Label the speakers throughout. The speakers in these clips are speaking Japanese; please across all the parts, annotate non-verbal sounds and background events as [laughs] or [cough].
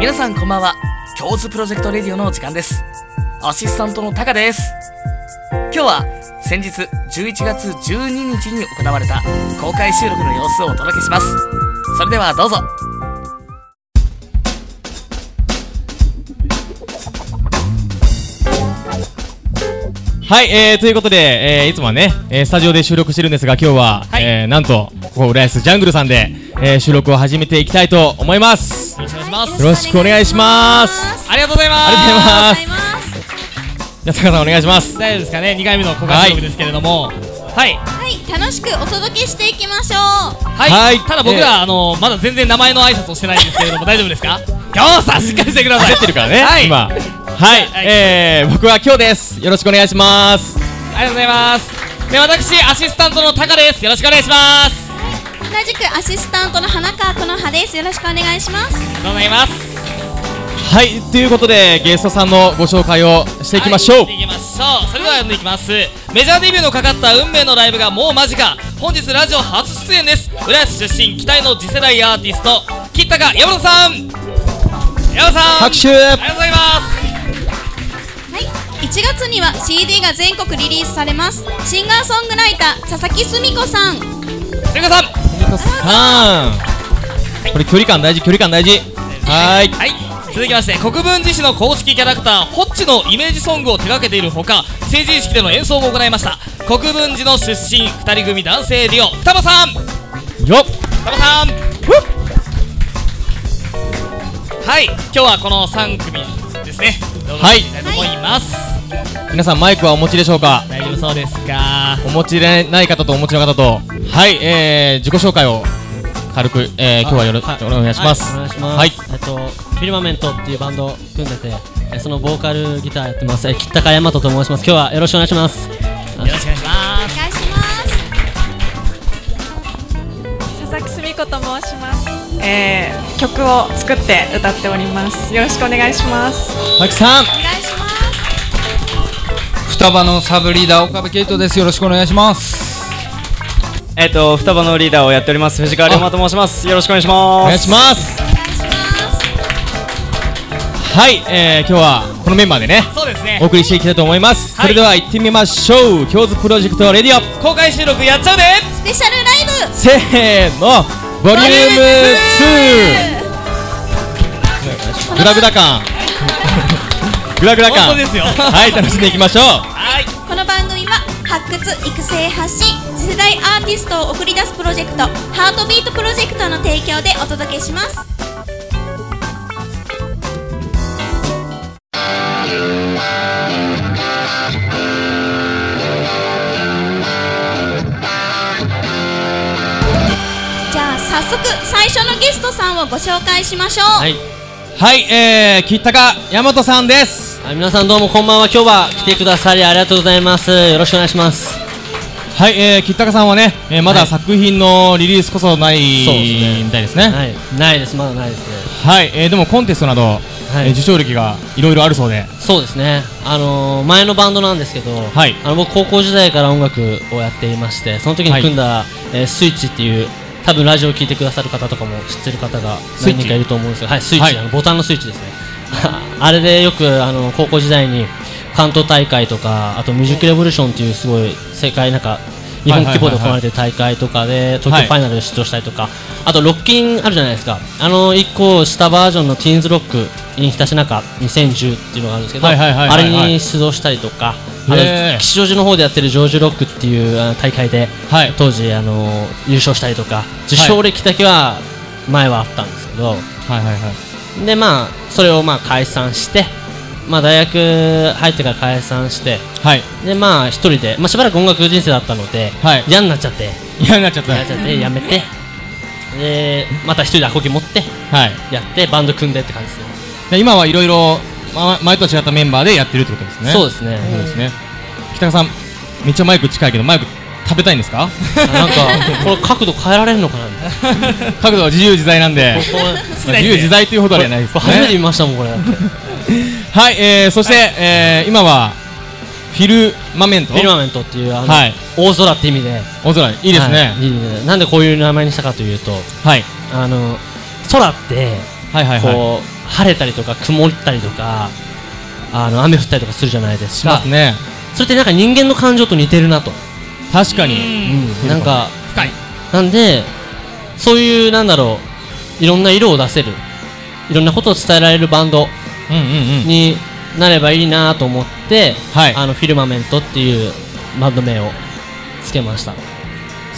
Speaker 1: 皆さんこんばんは京津プロジェクトレディオのお時間ですアシスタントのタカです今日は先日11月12日に行われた公開収録の様子をお届けしますそれではどうぞ
Speaker 2: はい、えー、ということで、えー、いつもはね、えー、スタジオで収録してるんですが、今日は、
Speaker 1: はい
Speaker 2: えー、なんと、ここ、浦安ジャングルさんで、えー、収録を始めていきたいと思います。よ
Speaker 1: よろしくお願いします
Speaker 2: ろしくお願いします。
Speaker 1: ありがとうございます
Speaker 2: ありがとうございます。
Speaker 3: ます。
Speaker 2: じゃあ、坂さんお願いします。
Speaker 4: 大丈夫ですかね2回目の公開収録ですけれどもはい
Speaker 3: はい、楽しくお届けしていきましょう。
Speaker 4: はい、
Speaker 2: はい
Speaker 4: ただ僕ら、あのまだ全然名前の挨拶をしてないんですけれども大丈夫ですか今日さんしっかりしてくだ [laughs] さい
Speaker 2: 焦ってるからね、
Speaker 4: はい
Speaker 2: 今。はい、
Speaker 4: はい
Speaker 2: えー、僕は今日です。よろしくお願いします。
Speaker 4: ありがとうございますで私アシスタントのタカですよろしくお願いします
Speaker 3: 同じくアシスタントの花川この葉です。よろしくお願いします。
Speaker 4: どうもありがとうございます
Speaker 2: はい、ということで、ゲストさんのご紹介をしていきましょう。
Speaker 4: はい、行きましょうそれでは読んでいきますメジャーデビューのかかった運命のライブがもう間近本日ラジオ初出演です浦安出身期待の次世代アーティスト吉高山本さん山本さん
Speaker 2: 拍手
Speaker 4: ありがとうございます
Speaker 3: はい、1月には CD が全国リリースされます。シンガーソングライター佐々木すみこさん。
Speaker 4: すみこさん
Speaker 2: さん。これ、距離感大事、距離感大事。はい。
Speaker 4: はい続きまして国分寺市の公式キャラクターホッチのイメージソングを手掛けているほか成人式での演奏も行いました国分寺の出身2人組男性デュオ双葉さん
Speaker 2: よっ
Speaker 4: 双葉さんはい今日はこの3組ですね
Speaker 2: はい
Speaker 4: いきたいと思います、
Speaker 2: 皆さん、マイクはお持ちでしょうか
Speaker 4: 大丈夫そうですか
Speaker 2: お持ちでない方とお持ちの方と、はい、えー、自己紹介を軽く、えー、今日はよろしくお願いします。
Speaker 5: はい、お願いします。
Speaker 2: はい
Speaker 5: えっと、フィルマメントっていうバンドを組んでて、えーそのボーカルギターやってます。えー、吉高大和と申します。今日はよろしくお願いします。
Speaker 4: よろしくお願いします
Speaker 3: お願いします。
Speaker 6: 佐々木すみ子と申します、えー、曲を作って歌っておりますよろしくお願いします
Speaker 2: マキさん、
Speaker 3: お願いします。
Speaker 7: 双葉のサブリーダー岡部圭人ですよろしくお願いします
Speaker 8: えっ、と双葉のリーダーをやっております藤川龍馬と申しますよろしくお願いします
Speaker 2: お願いします。
Speaker 3: お願いします。
Speaker 2: はい、えー、今日はこのメンバーでね、
Speaker 4: そうですね
Speaker 2: お送りしていきたいと思います。
Speaker 4: はい
Speaker 2: それでは行ってみましょう。京都プロジェクトレディオ、
Speaker 4: 公開収録やっちゃうで
Speaker 3: スペシャルライ
Speaker 2: せ
Speaker 3: ブ。
Speaker 2: ーの、ボリューム2。グダグダ感。グダグダ
Speaker 4: 本
Speaker 2: 感
Speaker 4: 当。ですよ
Speaker 2: はい、楽しんでいきましょう。
Speaker 4: はい
Speaker 3: この番組は発掘育成発信次世代アーティストを送り出すプロジェクトハートビートプロジェクトの提供でお届けしますじゃあ早速最初のゲストさんをご紹介しましょう、
Speaker 5: はい。
Speaker 2: はい、えー、吉高大和さんです。
Speaker 5: あ皆さんどうもこんばんは。今日は来てくださりありがとうございます。よろしくお願いします。
Speaker 2: はい、えー、吉高さんはね、えー、ま
Speaker 5: は
Speaker 2: だ
Speaker 5: い
Speaker 2: 作品のリリースこそない、
Speaker 5: そうですね
Speaker 2: みたいですね。
Speaker 5: はい。ないです。まだないですね。
Speaker 2: はい、えー、でもコンテストなど、
Speaker 5: い
Speaker 2: えー受賞歴がいろいろあるそうで、
Speaker 5: そうですね。あのー、前のバンドなんですけど、
Speaker 2: はい
Speaker 5: あの僕高校時代から音楽をやっていまして、その時に組んだ、えースイッチっていう。多分ラジオを聞いてくださる方とかも知ってる方が
Speaker 2: スイッチ
Speaker 5: 何人かいると思うんですけど、はい、スイッチ、
Speaker 2: はい
Speaker 5: あのボタンのスイッチですね。 [laughs] あれでよくあの高校時代に関東大会とか、あとミュージックレボリューションっていうすごい世界なんか日本規模で行われてる大会とかで東京ファイナルで出場したりとか、あとロッキンあるじゃないですか。あの一個下バージョンのティーンズロックにひたしなか2010っていうのがあるんですけど、
Speaker 2: はいはいはいはい
Speaker 5: あれに出場したりとか、あ
Speaker 2: へー
Speaker 5: の吉祥寺の方でやってるジョージロックっていうあの大会で、
Speaker 2: はい
Speaker 5: 当時あの優勝したりとか、受賞歴だけは前はあったんですけど、
Speaker 2: はいはいはい。
Speaker 5: でまあそれをまあ解散して、まあ大学入ってから解散して、
Speaker 2: はい、
Speaker 5: でまあ一人でまあしばらく音楽人生だったので、
Speaker 2: はい
Speaker 5: 嫌になっちゃって、
Speaker 2: 嫌になっちゃった。
Speaker 5: 嫌になっちゃってやめて、でまた一人でアコギ持って
Speaker 2: はい。
Speaker 5: やってバンド組んでって感じですね。
Speaker 2: で今はいろいろ、ま、前とは違ったメンバーでやってるってことですね。
Speaker 5: そう
Speaker 2: う
Speaker 5: ですね。
Speaker 2: ですね。吉高さん、めっちゃマイク近いけど、マイク食べたいんです
Speaker 5: [laughs]
Speaker 2: か
Speaker 5: なんか、これ角度変えられるのかなこ
Speaker 2: 角度は自由自在なんで、
Speaker 5: こ
Speaker 2: まあ自由自在というほどではないです
Speaker 5: これ初めて
Speaker 2: ね。
Speaker 5: 見ましたもん、これ。
Speaker 2: はい、えー、そして、えー、今は、フィルマメント
Speaker 5: フィルマメントっていう、あの、
Speaker 2: はい
Speaker 5: 大空って意味で。
Speaker 2: おそらくいいですね
Speaker 5: は。いいいねなんでこういう名前にしたかというと、
Speaker 2: はい。
Speaker 5: あの、空って、
Speaker 2: はいはいはい
Speaker 5: こう晴れたりとか曇ったりとかあの雨降ったりとかするじゃないです
Speaker 2: し
Speaker 5: か
Speaker 2: ますね
Speaker 5: それってなんか人間の感情と似てるなと、
Speaker 2: 確かに
Speaker 5: うんなんか
Speaker 4: 深い
Speaker 5: なんでそういうなんだろういろんな色を出せるいろんなことを伝えられるバンド
Speaker 2: うんうんうん
Speaker 5: になればいいなと思って、
Speaker 2: はい
Speaker 5: あのフィルマメントっていうバンド名をつけました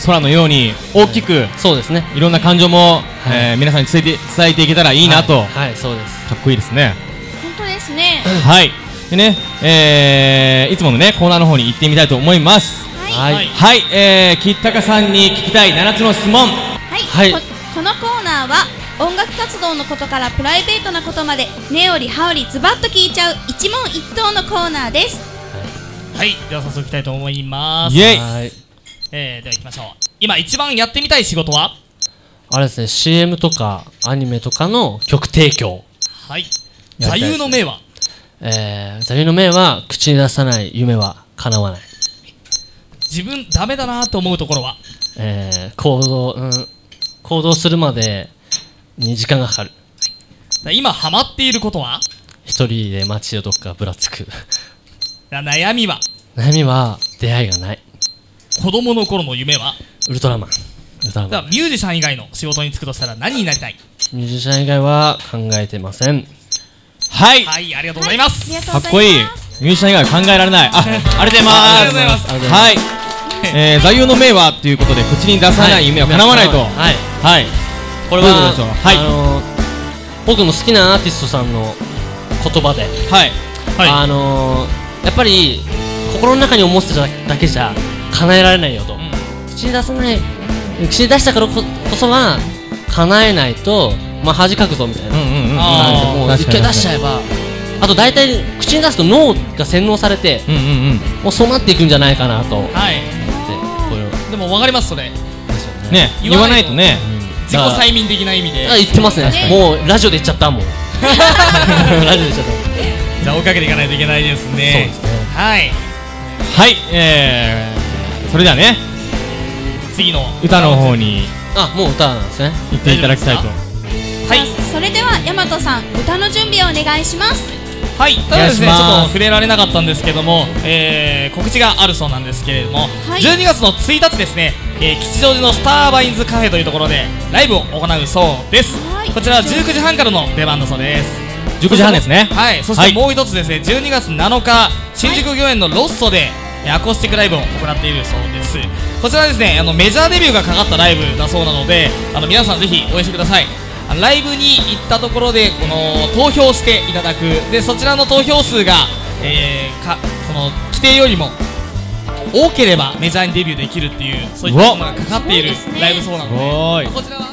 Speaker 2: 空のように大きく
Speaker 5: そうですね
Speaker 2: いろんな感情も
Speaker 5: はい
Speaker 2: えー皆さんに伝えて伝えていけたらいいなと
Speaker 5: はいはいそうです
Speaker 2: かっこいいですね
Speaker 3: 本当ですね。
Speaker 2: はいでねえーいつものねコーナーの方に行ってみたいと思います
Speaker 3: はい。
Speaker 5: はい
Speaker 2: はいえー、きったかさんに聞きたい7つの質問
Speaker 3: はい、
Speaker 5: はい
Speaker 3: ここのコーナーは音楽活動のことからプライベートなことまで根より葉よりズバッと聞いちゃう一問一答のコーナーです
Speaker 4: はいでは早速いきたいと思います
Speaker 2: イエイ
Speaker 5: はい
Speaker 4: えー、では行きましょう今一番やってみたい仕事は
Speaker 5: あれですね CM とかアニメとかの曲提供
Speaker 4: はい座右の銘は
Speaker 5: えー、座右の銘は口に出さない夢は叶わない
Speaker 4: 自分ダメだなと思うところは
Speaker 5: えー、行動、うん、行動するまでに時間がかかる
Speaker 4: 今ハマっていることは
Speaker 5: 一人で街をどっかぶらつく [laughs]
Speaker 4: な悩みは
Speaker 5: 悩みは出会いがない
Speaker 4: 子供の頃の夢は
Speaker 5: ウルトラマンウルトラ
Speaker 4: じ
Speaker 5: マ
Speaker 4: ゃ
Speaker 5: ン
Speaker 4: あミュージシャン以外の仕事に就くとしたら何になりたい
Speaker 5: ミュージシャン以外は考えてません
Speaker 2: はいか
Speaker 4: はいありがとうございます、
Speaker 3: ありがと
Speaker 2: っ
Speaker 3: うございます
Speaker 2: こいいミュージシャン以外は考えられないあありがとうございます
Speaker 4: ありがとうございます
Speaker 5: ありがとうございます
Speaker 2: はいえー座右の銘はということで口に出さない夢は叶わないと
Speaker 5: はい
Speaker 2: はい
Speaker 5: これ
Speaker 2: どういうこと
Speaker 5: は
Speaker 2: でしょうはい
Speaker 5: あの僕の好きなアーティストさんの言葉で
Speaker 2: はい
Speaker 5: あのー、やっぱり心の中に思ってただけじゃ叶えられないよと、口に出さない口に出したからここそは叶えないと、まあ、恥かくぞみたい
Speaker 2: う
Speaker 5: な
Speaker 2: んうんうん
Speaker 5: 感じ
Speaker 4: あ
Speaker 5: でもう
Speaker 2: 確
Speaker 5: 一
Speaker 2: かに
Speaker 5: 回出しちゃえばあと大体口に出すと脳が洗脳されて
Speaker 2: うんうんうん
Speaker 5: もうそうなっていくんじゃないかなと思って
Speaker 4: はい
Speaker 5: これを
Speaker 4: でも分かりますそれ
Speaker 5: ですよね
Speaker 2: ね言
Speaker 4: 言
Speaker 2: わ
Speaker 4: わ
Speaker 2: な
Speaker 4: ないい
Speaker 2: と
Speaker 4: と
Speaker 2: ね
Speaker 4: 自己催眠的な意味で
Speaker 5: あ言ってますね
Speaker 3: ね
Speaker 5: もうラジオで言っちゃったもん
Speaker 4: じゃ
Speaker 5: ラジオで言っちゃったもん
Speaker 4: あ追いかけていかないといけないです
Speaker 5: そう
Speaker 4: ね
Speaker 5: ですね
Speaker 4: はい
Speaker 2: はいえーそれではね
Speaker 4: 次の
Speaker 2: 歌の方に
Speaker 5: あもう歌なんですね
Speaker 2: 行っていただきたいと
Speaker 4: はい
Speaker 3: それでは大和さん歌の準備をお願いします
Speaker 4: はいただですね
Speaker 2: お
Speaker 4: ちょっ
Speaker 2: 願いします
Speaker 4: と触れられなかったんですけども、えー告知があるそうなんですけれども、
Speaker 3: はい
Speaker 4: 12月の1日ですね、えー吉祥寺のスターバインズカフェというところでライブを行うそうです
Speaker 3: はい
Speaker 4: こちらは19時半からの出番だそうです
Speaker 2: 19時半ですね
Speaker 4: はい、そし
Speaker 2: はい
Speaker 4: てもう一つですね、12月7日、新宿御苑のロッソで、えーアコースティックライブを行っているそうです。こちらはですね、あのメジャーデビューがかかったライブだそうなので、あの皆さんぜひ応援してください。あのライブに行ったところで、この投票していただく、でそちらの投票数が、えーかその規定よりも多ければメジャーにデビューできるっていう、そういったものがかかっている
Speaker 3: うわすごいですね
Speaker 4: ライブそうなので、
Speaker 2: おーい
Speaker 4: こちらは。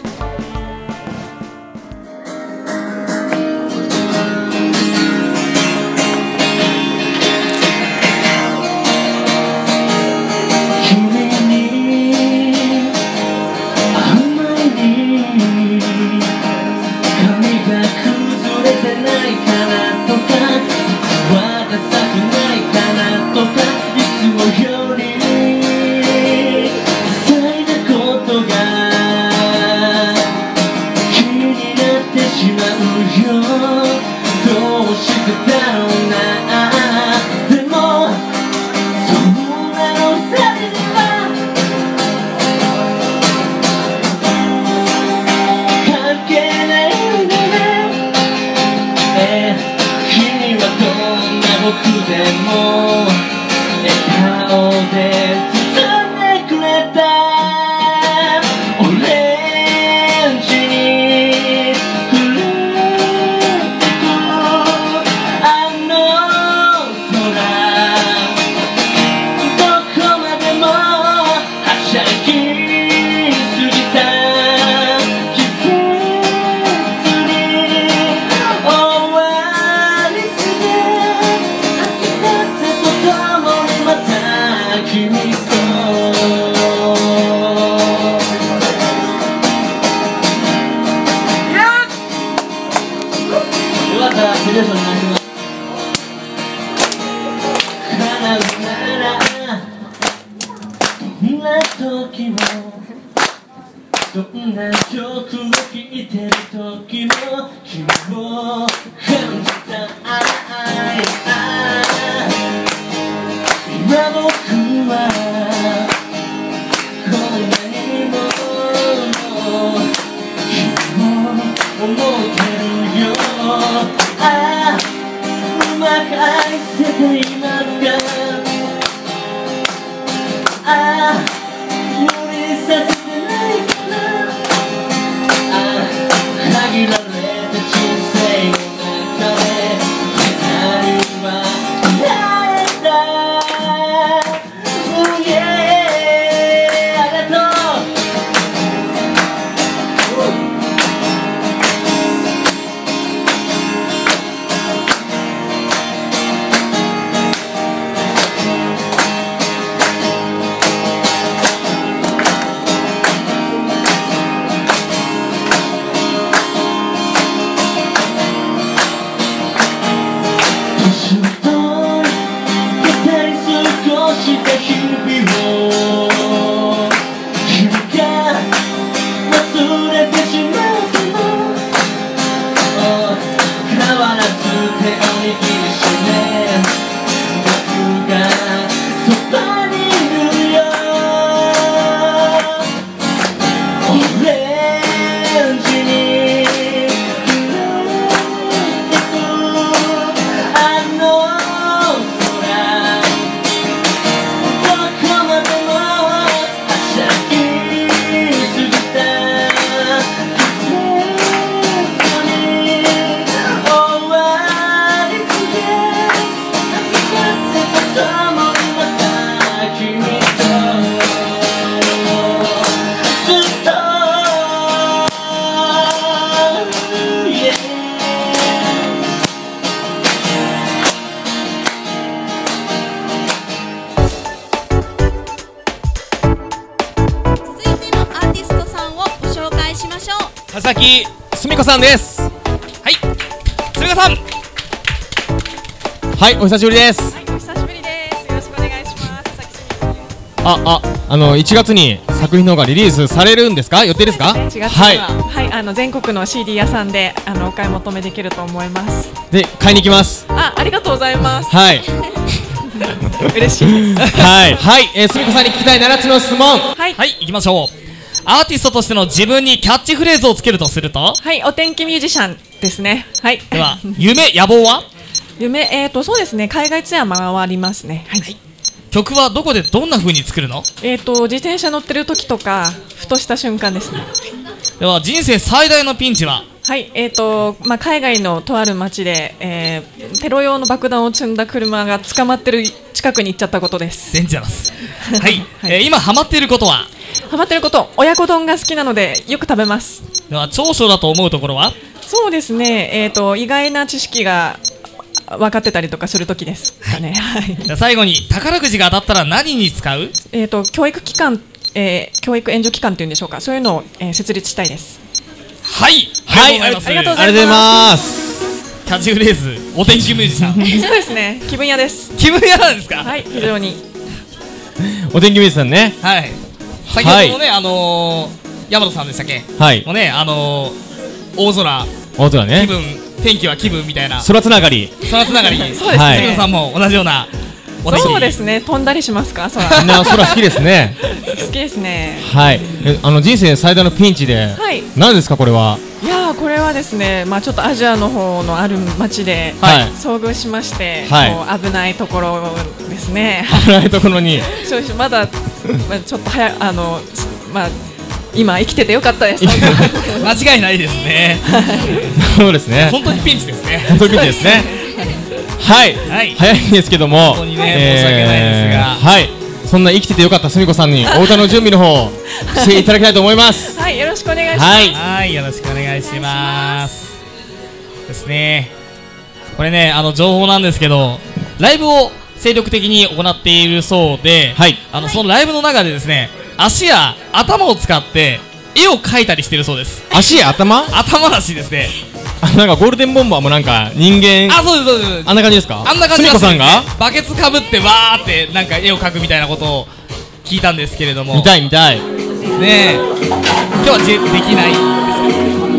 Speaker 9: 「大切なことが」
Speaker 5: そんな曲を聴いてる時も君を感じたああ今僕はこんなにも君を思ってるよああうまく愛せていますかああ無理させてないかなああ限られた人生の中で二人は出会えた Oh yeah ありがとう年を取り語り過ごした日々を君が忘れてしまっても変わらず手を握りしめ僕がそばにいるよオレンジに「あの空どこまでもはしゃぎすぎた」「季節に終わりつけ」「風とともにまた君とずっと」Yeah.
Speaker 1: 続いてのアーティストさんをご紹介しましょう
Speaker 4: 佐々木すみこさんですはいすみこさん
Speaker 2: はい、お久しぶりです。
Speaker 6: はい、お久しぶりです。よろしくお願いします。佐々木すみこです
Speaker 2: あ、あ、あの、1月に作品の方がリリースされるんですか予定ですか
Speaker 6: 1月には、
Speaker 2: はい。
Speaker 6: はい、あの全国の CD 屋さんであのお買い求めできると思います。
Speaker 2: で、買いに行きます。
Speaker 6: あ、ありがとうございます。
Speaker 2: はい。
Speaker 6: 嬉しい [laughs] です。
Speaker 2: はい。はい。えー、すみこさんに聞きたい7つの質問。
Speaker 6: はい、
Speaker 4: はい行きましょうアーティストとしての自分にキャッチフレーズをつけるとすると
Speaker 6: はい、お天気ミュージシャンですね。はい。
Speaker 4: で
Speaker 2: [laughs]
Speaker 4: は夢野望は
Speaker 6: 夢、えーと、そうですね、海外ツアー回りますね。はい。
Speaker 4: 曲はどこでどんな風に作るの
Speaker 6: えーと、自転車乗ってる時とか、ふとした瞬間ですね。
Speaker 4: では人生最大のピンチは
Speaker 6: はい、えーと、まあ、海外のとある町で、えーテロ用の爆弾を積んだ車が捕まってる近くに行っちゃったことです。
Speaker 4: デンジャラス
Speaker 2: [laughs]
Speaker 4: はい、
Speaker 6: はい
Speaker 4: えー今ハマっていることは
Speaker 6: ハマってること、親子丼が好きなので、よく食べます。
Speaker 4: では長所だと思うところは
Speaker 6: そうですね、えーと、意外な知識があ分かってたりとかする時ですかね。はい。
Speaker 4: では最後に宝くじが当たったら何に使う
Speaker 6: えーと、教育機関、えー教育援助機関っていうんでしょうか、そういうのを、えー設立したいです。
Speaker 4: はい
Speaker 2: はい
Speaker 4: ありがとうございます
Speaker 6: ありがとうござい
Speaker 2: ありがとうご
Speaker 6: ます
Speaker 2: ざいます。
Speaker 4: キャッチフレーズお天気ミュージシャ
Speaker 2: [laughs]
Speaker 4: ン
Speaker 6: そうですね、気分屋です。
Speaker 4: 気分屋なんですか
Speaker 6: はい、非常に。
Speaker 2: お天気ミュージシャンね。
Speaker 4: はい先ほどのね、あのー、山田さんでしたっけ
Speaker 2: はい
Speaker 4: も。うねあのー、大空
Speaker 2: 大空
Speaker 4: 気
Speaker 2: ね。
Speaker 4: 分天気は気分みたいな
Speaker 2: 空つながり。
Speaker 4: 空つながりに
Speaker 6: [laughs] そうですね。
Speaker 2: はい
Speaker 4: 杉野さんも同じようなお天気
Speaker 6: そうですね、飛んだりしますか、 [laughs] 空。
Speaker 2: みんな空好きですね。
Speaker 6: 好きですね。
Speaker 2: はい。えあの、人生最大のピンチで。
Speaker 6: はい。
Speaker 2: 何ですか、これは。
Speaker 6: いやーこれはですね、まあちょっとアジアの方のある町で、
Speaker 2: はい
Speaker 6: 遭遇しまして、
Speaker 2: はい
Speaker 6: もう危ないところですね。 [laughs]
Speaker 2: 危ないところに。
Speaker 6: 正直まだまあちょっと早あのまあ今生きててよかっ
Speaker 2: [laughs]
Speaker 6: たです。
Speaker 4: 間違いないですね
Speaker 2: そうですね。
Speaker 4: 本当にピンチですね
Speaker 2: 本当にピンチですね。はい。
Speaker 4: はい
Speaker 2: 早いんですけども。
Speaker 4: 本当にね申し訳ないですが
Speaker 2: はい。そんな生きててよかったすみこさんに、お歌の準備の方をしていただきたいと思います。
Speaker 6: はい、よろしくお願いします。
Speaker 2: はい。
Speaker 4: [laughs] はいよろしくお願いしますですねこれねあの情報なんですけどライブを精力的に行っているそうで、
Speaker 2: はい
Speaker 4: あのそのライブの中でですね足や頭を使って絵を描いたりしてるそうです
Speaker 2: 足、頭
Speaker 4: 頭らしいですね
Speaker 2: あなんかゴールデンボンバーもなんか人間
Speaker 4: あそうですそうですそうです
Speaker 2: あんな感じですか
Speaker 4: あんな感じ
Speaker 2: すみ
Speaker 4: ら
Speaker 2: こ
Speaker 4: しいです
Speaker 2: さ
Speaker 4: ね
Speaker 2: んが
Speaker 4: バケツかぶってわーってなんか絵を描くみたいなことを聞いたんですけれども
Speaker 2: 見たい見たい
Speaker 4: ねえ
Speaker 7: 日は自立できない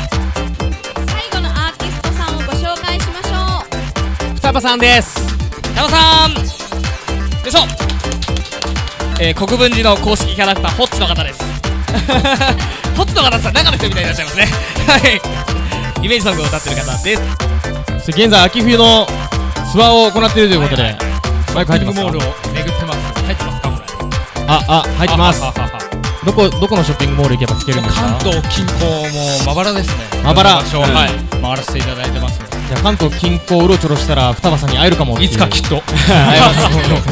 Speaker 3: 最後のアーティストさんをご紹介しましょう
Speaker 2: 双葉さんです
Speaker 4: タマさんよいしょ、えー、国分寺の公式キャラクターホッチの方ですホッチの方さ中の人みたいになっちゃいますねはいイメージソングを歌ってる方です
Speaker 2: そして現在秋冬のツアーを行っているということで、
Speaker 4: はいは
Speaker 2: マイク入ってます
Speaker 7: モール
Speaker 2: か
Speaker 7: を巡ってます入ってますかこ
Speaker 2: あ、あ、入
Speaker 7: れ
Speaker 2: ってます
Speaker 7: あははは
Speaker 2: どこ、どこのショッピングモール行けば聞けるんですか
Speaker 7: 関東近郊もまばらですね
Speaker 2: まばら
Speaker 7: 場所は
Speaker 2: うん
Speaker 7: はい回らせていただいてますね
Speaker 2: じゃあ関東近郊うろちょろしたら双葉さんに会えるかもってう
Speaker 7: いつかきっ [laughs] と
Speaker 2: 会え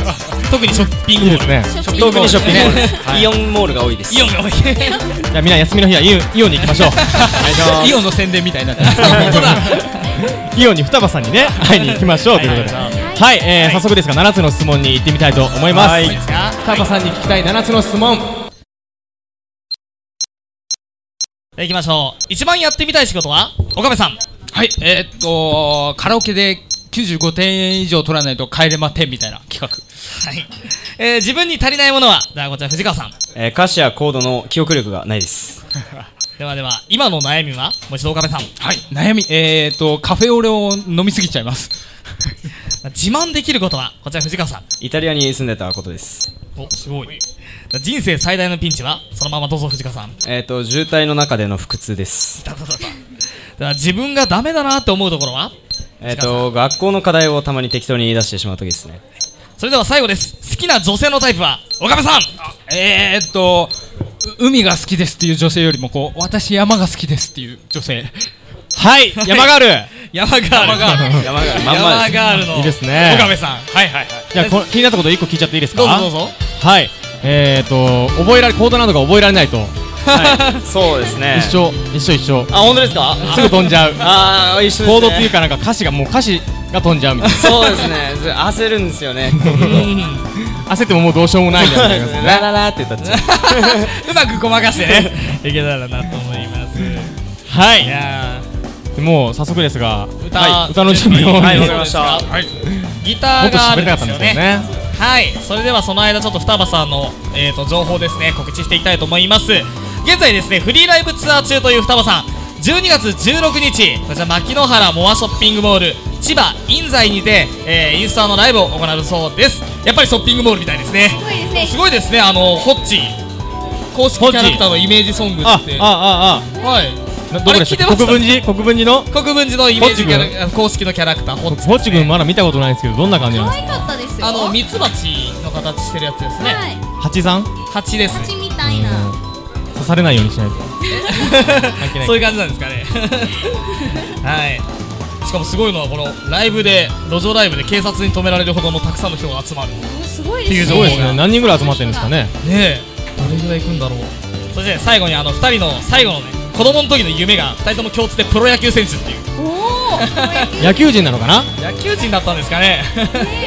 Speaker 2: ます
Speaker 4: 特 [laughs] にショッピング
Speaker 2: [laughs] いいですね
Speaker 3: ショッピング
Speaker 8: 特にショッピングモール
Speaker 7: はい
Speaker 8: イオンモールが多いです
Speaker 4: イオンが多い
Speaker 7: [laughs]
Speaker 2: じゃあみんな休みの日はイオンイオンに行きましょう
Speaker 7: イオンの宣伝みたいになってる
Speaker 4: 本当だ
Speaker 2: [laughs] イオンに双葉さんにね会いに行きましょうということではい、えー早速ですが7つの質問に行ってみたいと思います、
Speaker 8: はい
Speaker 2: 双葉さんに聞きたい7つの質問
Speaker 4: 行きましょう。一番やってみたい仕事は岡部さん。
Speaker 7: はい、えーっと、カラオケで95点以上取らないと帰れま点みたいな企画。
Speaker 4: はい。えー、自分に足りないものはではこちら藤川さん。
Speaker 8: えー歌詞やコードの記憶力がないです。
Speaker 4: ではでは、今の悩みはもう一度岡部さん。
Speaker 7: はい、悩み、えーっと、カフェオレを飲みすぎちゃいます。
Speaker 4: 自慢できることはこちら藤川さん。
Speaker 8: イタリアに住んでたことです。
Speaker 4: お、すごい。人生最大のピンチはそのままどうぞ藤川さ
Speaker 2: [laughs]
Speaker 4: ん。
Speaker 8: えっ、と、渋滞の中での腹痛です。
Speaker 4: だだだだ。では自分がダメだなって思うところは
Speaker 8: えっ、と、学校の課題をたまに適当に言い出してしまうときですね。
Speaker 4: それでは最後です。好きな女性のタイプは岡部さん。
Speaker 7: えーっと、う海が好きですっていう女性よりも、こう、私山が好きですっていう女性。
Speaker 2: [laughs] はい山ガール
Speaker 4: 山ガール。山ガール。
Speaker 8: 山が、まんま
Speaker 4: 山
Speaker 8: です。
Speaker 4: ガールの
Speaker 2: いいですね
Speaker 4: 岡部さん。はいはいはい。
Speaker 2: じゃあこ気になったこと1個聞いちゃっていいですか
Speaker 4: どうぞどうぞ。
Speaker 2: はいえーと覚えられコードなどが覚えられないと
Speaker 8: はい、そうですね。
Speaker 2: 一緒一緒一緒
Speaker 4: あ、本当ですか
Speaker 2: すぐ飛ん
Speaker 4: [laughs]
Speaker 2: じゃう
Speaker 8: ああ、一緒です、ね。
Speaker 2: コードっていうかなんか歌詞がもう歌詞が飛んじゃうみ
Speaker 4: [laughs]
Speaker 2: たいな
Speaker 8: そうですね。それ焦るんですよね。
Speaker 2: 焦ってももうどうしようもないみたいなね
Speaker 8: ラララって歌っちゃう。
Speaker 4: うまくごまか
Speaker 2: [laughs]
Speaker 4: してね、いけたらなと思います。い
Speaker 2: はい
Speaker 4: や [laughs]
Speaker 2: もう早速ですが
Speaker 4: ー、歌、
Speaker 2: はい歌の準備を
Speaker 4: はい、わか
Speaker 2: もっと
Speaker 4: りました。はい、ギターがあ
Speaker 2: 喋
Speaker 4: る
Speaker 2: り
Speaker 4: ん
Speaker 2: たか
Speaker 4: で
Speaker 2: った
Speaker 4: す
Speaker 2: んで
Speaker 4: よ
Speaker 2: すけど
Speaker 4: ね。
Speaker 2: ね
Speaker 4: はい、それではその間ちょっと双葉さんの、えー、と情報ですね告知していきたいと思います現在ですねフリーライブツアー中という双葉さん12月16日こちら牧之原モアショッピングモール千葉印西にて、えーインスタのライブを行うそうですやっぱりショッピングモールみたいですね
Speaker 3: ごいですね
Speaker 4: すごいですねあのホッチ公式キャラクターのイメージソング
Speaker 2: あ
Speaker 4: って
Speaker 2: ああ
Speaker 4: はい
Speaker 2: あなどこでし
Speaker 4: 聞い
Speaker 2: た
Speaker 4: て
Speaker 2: っ
Speaker 4: ま
Speaker 2: け
Speaker 4: した
Speaker 2: 国分寺国分寺の
Speaker 4: 国分寺のイメージキャラ公式のキャラクターホッチ
Speaker 2: ホッチ君まだ見たことないんですけどどんな感じなん
Speaker 3: 可
Speaker 2: です
Speaker 3: 愛かったですよ
Speaker 4: あのミツバチの形してるやつですね、
Speaker 3: はい
Speaker 2: か八三
Speaker 4: 蜂ですね
Speaker 3: 蜂みたいな
Speaker 2: 刺されないようにしないとない
Speaker 4: そういう感じなんです [laughs] かねはいしかもすごいのはこのライブで路上ライブで警察に止められるほどのたくさんの人が集まるね
Speaker 3: おすごいですね
Speaker 2: すごいですね何人ぐらい集まってるんですかね
Speaker 4: えどれぐらい行くんだろうそして最後にあの2人の最後のね子供の時の夢が2人とも共通でプロ野球選手っていう
Speaker 3: お
Speaker 2: [laughs]
Speaker 3: お
Speaker 2: 野球人なのかな
Speaker 4: 野球人だったんですかね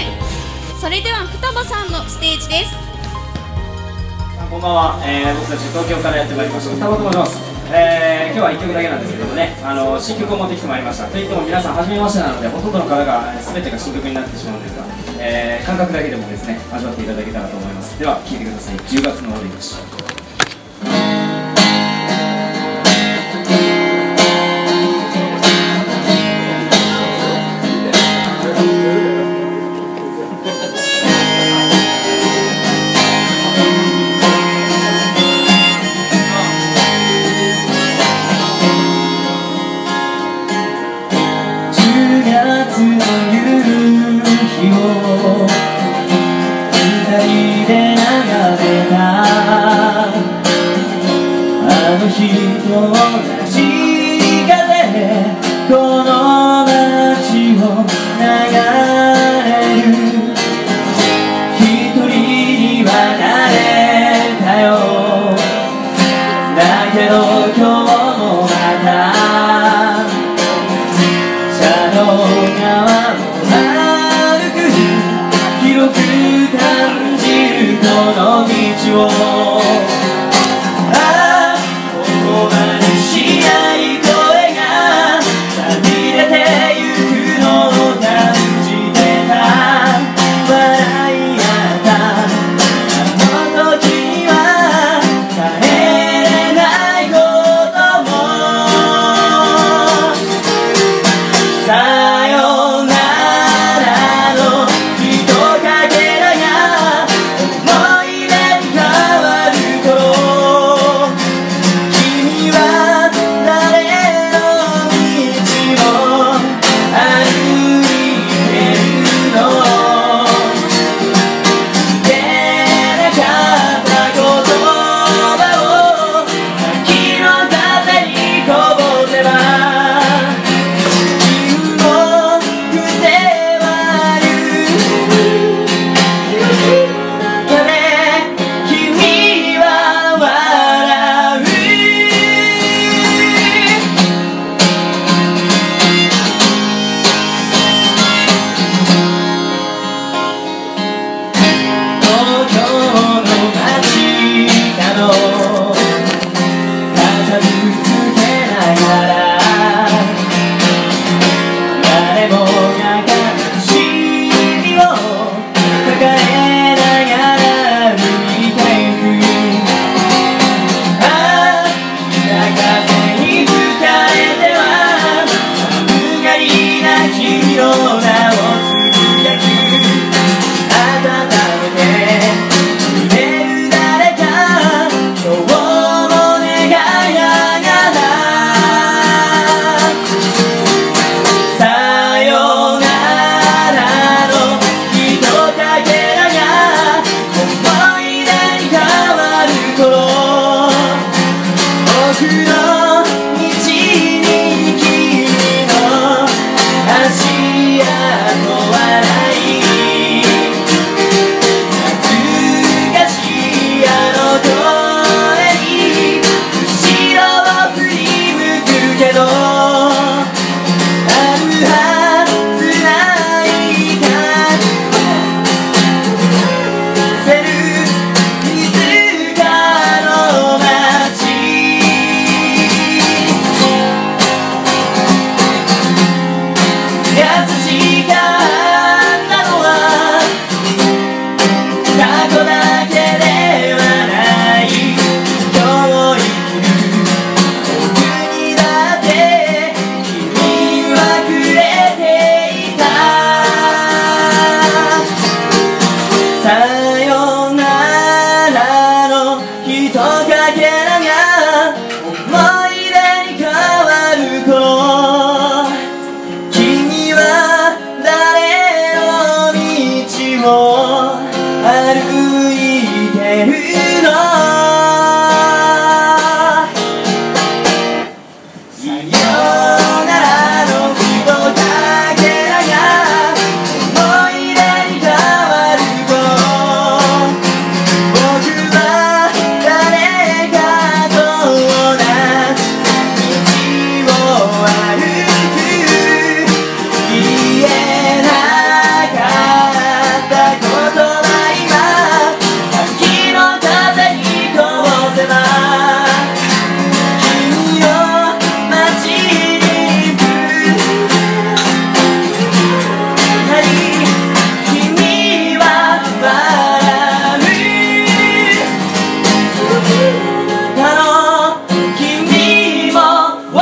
Speaker 3: [laughs] それでは双葉さんのステージです
Speaker 8: こんばんは、えー、僕たち東京からやってまいりました、歌本と申します、えー、今日は1曲だけなんですけどもね、あの新曲を持ってきてまいりました、といっても皆さん、初めましてなので、ほとんどの方がえー全てが新曲になってしまうんですが、えー、感覚だけでもですね、味わっていただけたらと思います。では、聴いてください、10月のオレンジ。
Speaker 9: 10月の夕日を二人で眺めたあの日と同じ風でこの街を流れる一人にはなれたよだけど今日もまた車道側を歩く広く感じるこの道をああここまでしない声が旅立てゆくのを感じてた笑い合った「あの時は帰れないことも」「さよならの人かけらが思い出に変わを歩いてるのさよならの人だけだが思い出に変わると僕は誰かと同じ道を歩く言えなかったことは今秋の風に通せば君を待ちに行く「君は笑う」「君は笑う」「だろう君も笑う」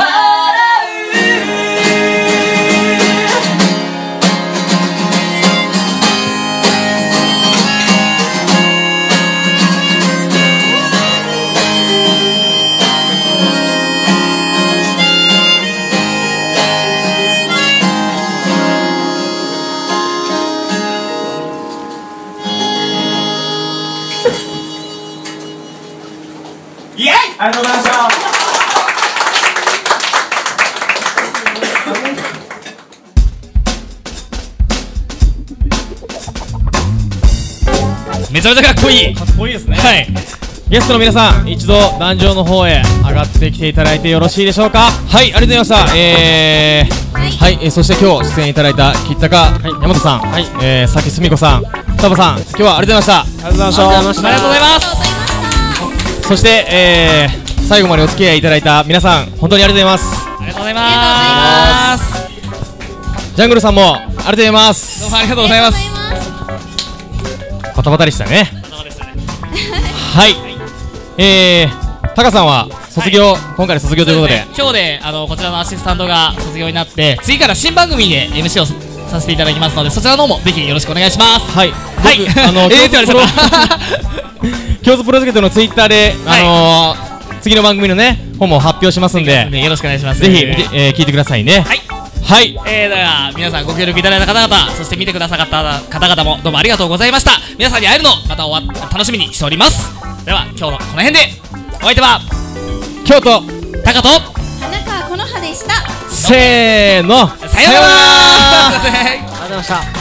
Speaker 8: イエイありがとうございました
Speaker 4: めちゃめちゃかっこいい
Speaker 2: かっこいいですね
Speaker 4: はい
Speaker 2: ゲストの皆さん一度壇上の方へ上がってきていただいてよろしいでしょうかはいありがとうございましたえーはい、えーそして今日出演いただいた吉高、大和さん、はいえー、佐木すみ子さん、双葉さん、今日はありがとうございました。ありがとうございまし
Speaker 4: ありがとうございます
Speaker 2: そして、えー、最後までお付き合いいただいた皆さん、本当にありがとうございます。
Speaker 4: ありがとうございます
Speaker 2: ジャングルさんもありがとうございます。
Speaker 4: どうもありがとうございます
Speaker 2: バタバタでしたね。
Speaker 4: [laughs]
Speaker 2: はい。えー、タカさんは卒業、今回で卒業ということで。
Speaker 4: 今日であのこちらのアシスタントが卒業になって次から新番組で MC をさせていただきますのでそちらの方もぜひよろしくお願いします
Speaker 2: はい。
Speaker 4: はい
Speaker 2: 僕あの、
Speaker 4: [laughs] えーって言われちゃった
Speaker 2: 共通プロジェクトのツイッターで、
Speaker 4: はい
Speaker 2: あのー、次の番組のね、本も発表しますんで、
Speaker 4: [laughs] ねよろしくお願いします
Speaker 2: ぜひ、えー聞いてくださいね。
Speaker 4: はい
Speaker 2: はい。
Speaker 4: えー、だから皆さんご協力いただいた方々そして見てくださった方々もどうもありがとうございました皆さんに会えるのをまたおわ楽しみにしておりますでは今日のこの辺でお相手は
Speaker 2: 京都、
Speaker 4: タカと
Speaker 3: 花川この葉でした
Speaker 2: せーの、
Speaker 4: さようなら [laughs]
Speaker 5: ありがとうございました